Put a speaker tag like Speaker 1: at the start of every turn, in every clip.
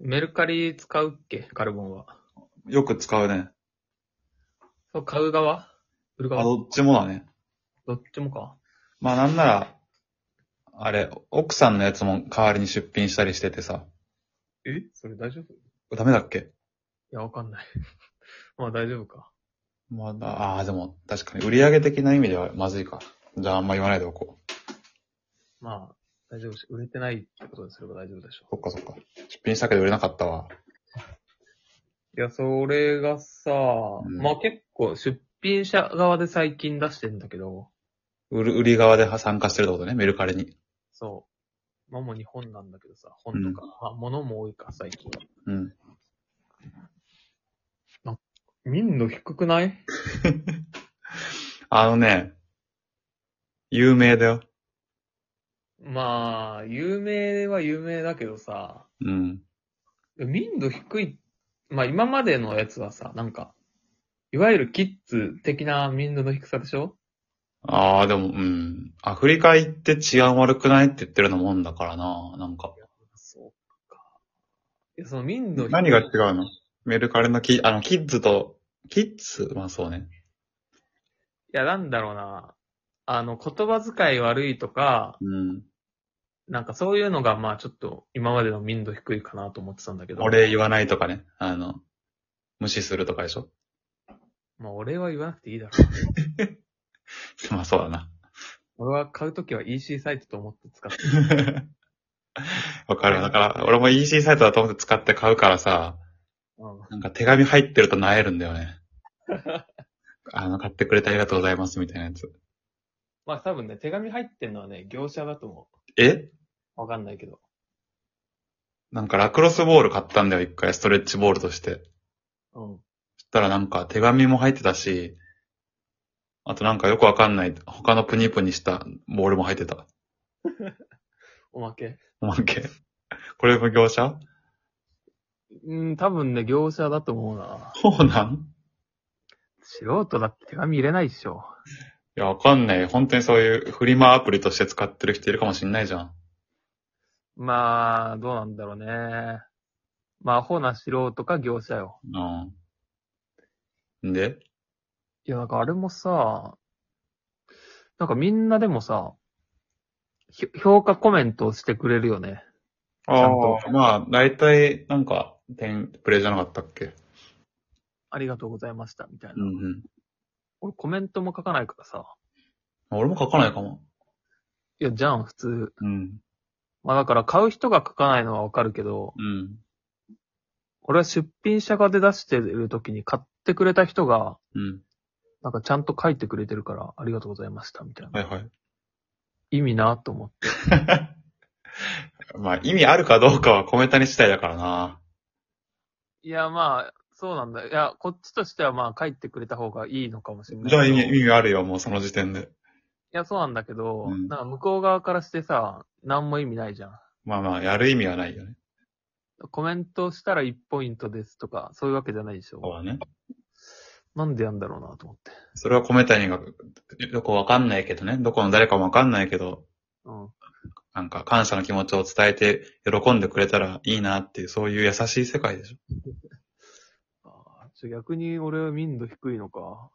Speaker 1: メルカリ使うっけカルボンは。
Speaker 2: よく使うね。
Speaker 1: そう、買う側売る
Speaker 2: あ、
Speaker 1: 側ど
Speaker 2: どっちもだね。
Speaker 1: っちもか。
Speaker 2: まあなんなら、あれ、奥さんのやつも代わりに出品したりしててさ。
Speaker 1: えそれ大丈夫い
Speaker 2: ダメだっけ
Speaker 1: や、わかんない。 まあ大丈夫か。
Speaker 2: まだ、ああー、でも確かに売上的な意味ではまずいか。じゃああんま言わないでおこう。
Speaker 1: まあ、大丈夫し、売れてないってことにすれば大丈夫でしょ
Speaker 2: そっかそっか。出品したけど売れなかったわ。
Speaker 1: う。いや、それがさ、
Speaker 2: ん
Speaker 1: まあ結構出品者側で最近出してんだけど、
Speaker 2: 売る、売り側で参加してるってことね、メルカリに。
Speaker 1: そう。まあもう日本なんだけどさ、本とか、まあ物も多いか、最近。
Speaker 2: うん。
Speaker 1: 見んの低くない
Speaker 2: あのね、有名だよ。
Speaker 1: まあ、有名は有名だけどさ、
Speaker 2: うん。
Speaker 1: 民度低い、まあ今までのやつはさ、なんか、いわゆるキッズ的な民度の低さでしょ
Speaker 2: ああ、でも、うん。アフリカ行って治安悪くないって言ってるようなもんだからな、なんか。
Speaker 1: そうか。いや、その民度低い。
Speaker 2: 何が違うのメルカリのキ、あの、キッズと、キッズまあそうね。
Speaker 1: いや、なんだろうな。あの、言葉遣い悪いとか、
Speaker 2: うん。
Speaker 1: なんかそういうのが、まあちょっと今までの民度低いかなと思ってたんだけど。
Speaker 2: 俺言わないとかね。あの、無視するとかでしょ
Speaker 1: まあ俺は言わなくていいだろう。
Speaker 2: まあそうだな。
Speaker 1: 俺は買うときは EC サイトと思って使って。
Speaker 2: わかる。だから、俺も EC サイトだと思って使って買うからさ、
Speaker 1: うん。
Speaker 2: なんか手紙入ってると萎えるんだよ ね。あの、買ってくれてありがとうございますみたいなやつ。
Speaker 1: まあ多分ね、手紙入ってんのはね、業者だと思
Speaker 2: え
Speaker 1: う。わかんないけど。
Speaker 2: なんかラクロスボール買ったんだよ、一回、ストレッチボールとして。
Speaker 1: うん。
Speaker 2: そしたらなんか手紙も入ってたし、あとなんかよくわかんない、他のプニプニしたボールも入ってた。
Speaker 1: おまけ。
Speaker 2: おまけ。これも業者
Speaker 1: うん、多分ね、業者だと思うな。
Speaker 2: そうなん
Speaker 1: 素人だって手紙入れないっしょ。
Speaker 2: いや、わかんない。本当にそういうフリマアプリとして使ってる人いるかもしんないじゃん。
Speaker 1: まあ、どうなんだろうね。まあ、アホな素人か業者よ。
Speaker 2: うん。んで
Speaker 1: いや、なんかあれもさ、なんかみんなでもさ、ひ評価コメントをしてくれるよね。あ
Speaker 2: ああ、まあ、だいたいなんか、点、プレイじゃなかったっけ
Speaker 1: ありがとうございました、みたいな。
Speaker 2: うんうん。
Speaker 1: 俺コメントも書かないからさ。
Speaker 2: 俺も書かないかも。
Speaker 1: いや、じゃん、普通。
Speaker 2: うん。
Speaker 1: まあだから買う人が書かないのはわかるけど、
Speaker 2: うん。
Speaker 1: 俺は出品者が出出してる時に買ってくれた人が、
Speaker 2: うん。
Speaker 1: なんかちゃんと書いてくれてるから、ありがとうございました、みたいな。
Speaker 2: はいはい。
Speaker 1: 意味なと思って。
Speaker 2: まあ、意味あるかどうかはコメントに次第だからな。
Speaker 1: いや、まあ、そうなんだ。いや、こっちとしてはまあ、書いてくれた方がいいのかもしれないけ
Speaker 2: じゃ
Speaker 1: ど。
Speaker 2: あ意味、
Speaker 1: い
Speaker 2: 意味あるよ、もうその時点で。
Speaker 1: や、そうなんだけど、
Speaker 2: うん
Speaker 1: なんか向こう側からしてさ、なんも意味ないじゃん。
Speaker 2: まあまあ、やる意味はないよね。
Speaker 1: コメントしたら1ポイントですとか、そういうわけじゃないでし
Speaker 2: そう
Speaker 1: ょ。
Speaker 2: だね。
Speaker 1: なんでやんだろうなと思って。
Speaker 2: それはコメントにが、どこわかんないけどね、どこの誰かもわかんないけど、
Speaker 1: うん。
Speaker 2: なんか感謝の気持ちを伝えて喜んでくれたらいいなっていう、そういう優しい世界でしょ。
Speaker 1: あーちょ逆に俺は民度低いのか。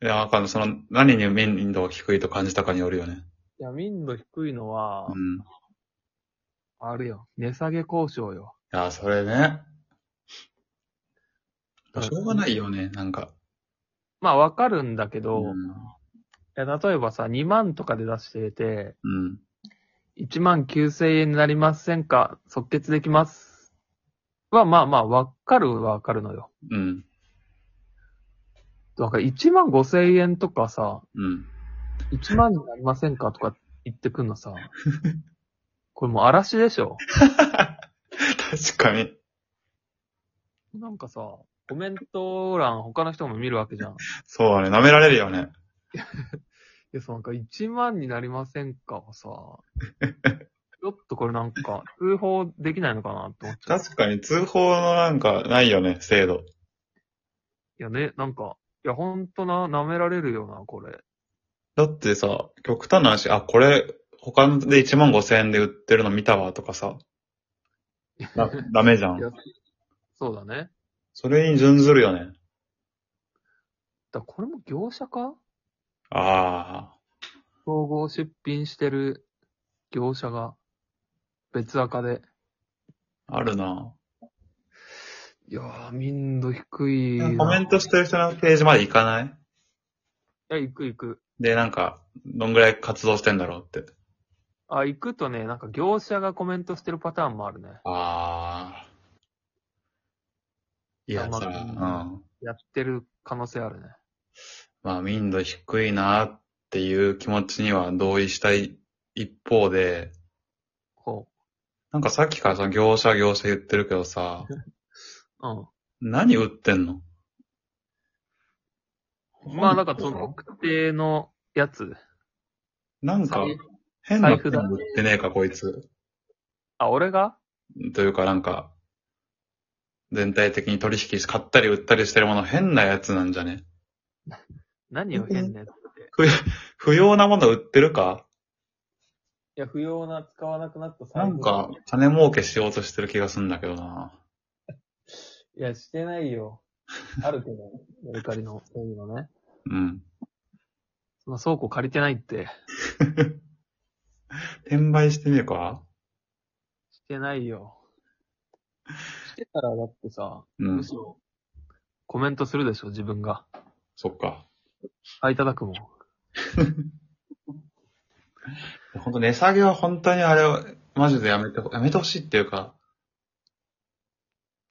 Speaker 2: いや、わかんない。その、何に民度が低いと感じたかによるよね。
Speaker 1: いや、民度低いのは
Speaker 2: う、ん。い
Speaker 1: あるよ。値下げ交渉よ。
Speaker 2: や、それね。しょうがないよね、なんか。
Speaker 1: まあ、わかるんだけど、い
Speaker 2: うん。
Speaker 1: や例えばさ、2万とかで出してて、
Speaker 2: うん。
Speaker 1: 1万9000円になりませんか即決できます。は、まあまあ、わかるはわかるのよ。
Speaker 2: うん。
Speaker 1: だから1万5000円とかさ、
Speaker 2: うん。
Speaker 1: 1万になりませんかとか言ってくんのさ、これもう嵐でしょ
Speaker 2: 確かに。
Speaker 1: なんかさ、コメント欄他の人も見るわけじゃん。い
Speaker 2: そうだね。舐められるよね。
Speaker 1: や、そうなんか1万になりませんかはさ、ちょっとこれなんか通報できないのかなって思っちゃう。
Speaker 2: 確かに通報のなんかないよね、制度。
Speaker 1: いやね、なんか、いやほんとな、舐められるよな、これ。
Speaker 2: だってさ、極端な話、あ、これ、他で1万5千円で売ってるの見たわとかさ、 だダメじゃ
Speaker 1: いや
Speaker 2: ん。
Speaker 1: そうだね。
Speaker 2: それに準ずるよ
Speaker 1: だ
Speaker 2: ね。
Speaker 1: からこれも業者か
Speaker 2: あ
Speaker 1: 総合出品してる業者が別赤で。
Speaker 2: あ、あるな。
Speaker 1: いやー、民度低いな。
Speaker 2: コメントしてる人のページまで行かない
Speaker 1: いや、行く行く。
Speaker 2: で、なんか、どんぐらい活動してんだろうって。
Speaker 1: あ、行くとね、なんか業者がコメントしてるパターンもあるね。
Speaker 2: ああ。いや
Speaker 1: まあ
Speaker 2: さ、うん。
Speaker 1: やってる可能性あるね。
Speaker 2: まあ、民度低いなっていう気持ちには同意したい一方で、
Speaker 1: こ
Speaker 2: なんかさっきからその業者業者言ってるけどさ、
Speaker 1: う。うん。
Speaker 2: 何売ってんの
Speaker 1: まあ、なんかその特定のやつ。
Speaker 2: なんか
Speaker 1: 財、
Speaker 2: 変な
Speaker 1: 財
Speaker 2: ペ
Speaker 1: 布
Speaker 2: ン
Speaker 1: だ
Speaker 2: 売ってねえか、こいつ。
Speaker 1: あ、俺が
Speaker 2: というか、なんか、全体的に取引し、買ったり売ったりしてるもの変なやつなんじゃね
Speaker 1: 何を変なやつって。い
Speaker 2: 不要なもの売ってるか
Speaker 1: や、不要な、使わなくなった財布
Speaker 2: なんか、金儲けしようとしてる気がすんだけどな。
Speaker 1: いや、してないよ。あるけど、 メルカリの、そういうのね。
Speaker 2: うん。
Speaker 1: その倉庫借りてないって。
Speaker 2: 転売してねえか
Speaker 1: してない よ。してたらだってさ、
Speaker 2: うん
Speaker 1: むし。ろ、コメントするでしょ、自分が。
Speaker 2: そっか。
Speaker 1: あ、いただくもん。
Speaker 2: ほんと値下げは本当にあれは、マジでやめてほ、やめてほしいっていうか。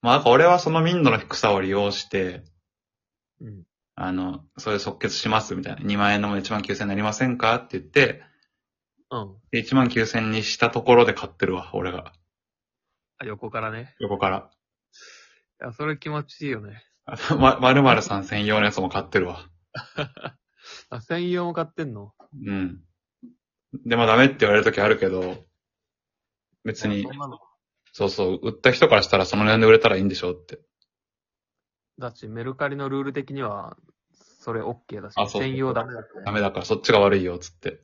Speaker 2: まあ、なんか俺はその民度の低さを利用して、
Speaker 1: うん。
Speaker 2: あの、それ即決しますみたいな。2万円のもの1万9000円になりませんかって言って、
Speaker 1: うん。
Speaker 2: で1万9000円にしたところで買ってるわ、俺が。
Speaker 1: あ、横からね。
Speaker 2: 横から。
Speaker 1: いや、それ気持ちいいよね。
Speaker 2: あま、まるまるさん専用のやつも買ってるわ。
Speaker 1: あ、専用も買ってんの
Speaker 2: うん。で、まあダメって言われるときあるけど、別に
Speaker 1: そ、んなの。
Speaker 2: そうそう、売った人からしたらその値段で売れたらいいんでしょうって。
Speaker 1: だし、メルカリのルール的には、それ OK だし
Speaker 2: あ、そう
Speaker 1: 専用ダメだってね。
Speaker 2: ダメだからそっちが悪いよ、つって。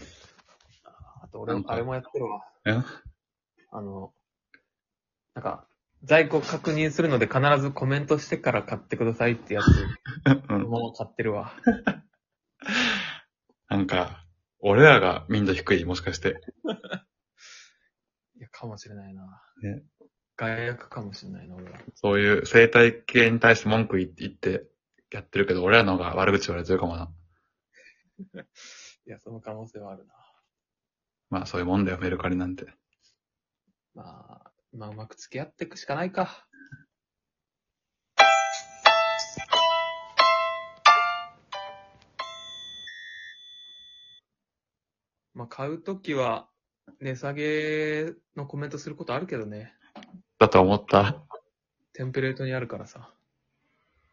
Speaker 1: あと俺も、あれもやってるわ。
Speaker 2: え
Speaker 1: あの、なんか、在庫確認するので必ずコメントしてから買ってくださいって やつ、
Speaker 2: う
Speaker 1: そ
Speaker 2: ん
Speaker 1: のまま買ってるわ。
Speaker 2: なんか、俺らが民度低い、もしかして。
Speaker 1: いや、かもしれないな。
Speaker 2: ね。
Speaker 1: 害悪かもしれないな、俺は。
Speaker 2: そういう生態系に対して文句言って言ってやってるけど、俺らの方が悪口言われてるかもな。
Speaker 1: いや、その可能性はあるな。
Speaker 2: まあそういうもんだよ、メルカリなんて。
Speaker 1: まあ、まあ、うまく付き合っていくしかないか。まあ、買うときは、値下げのコメントすることあるけどね。
Speaker 2: だと思った。
Speaker 1: テンプレートにあるからさ。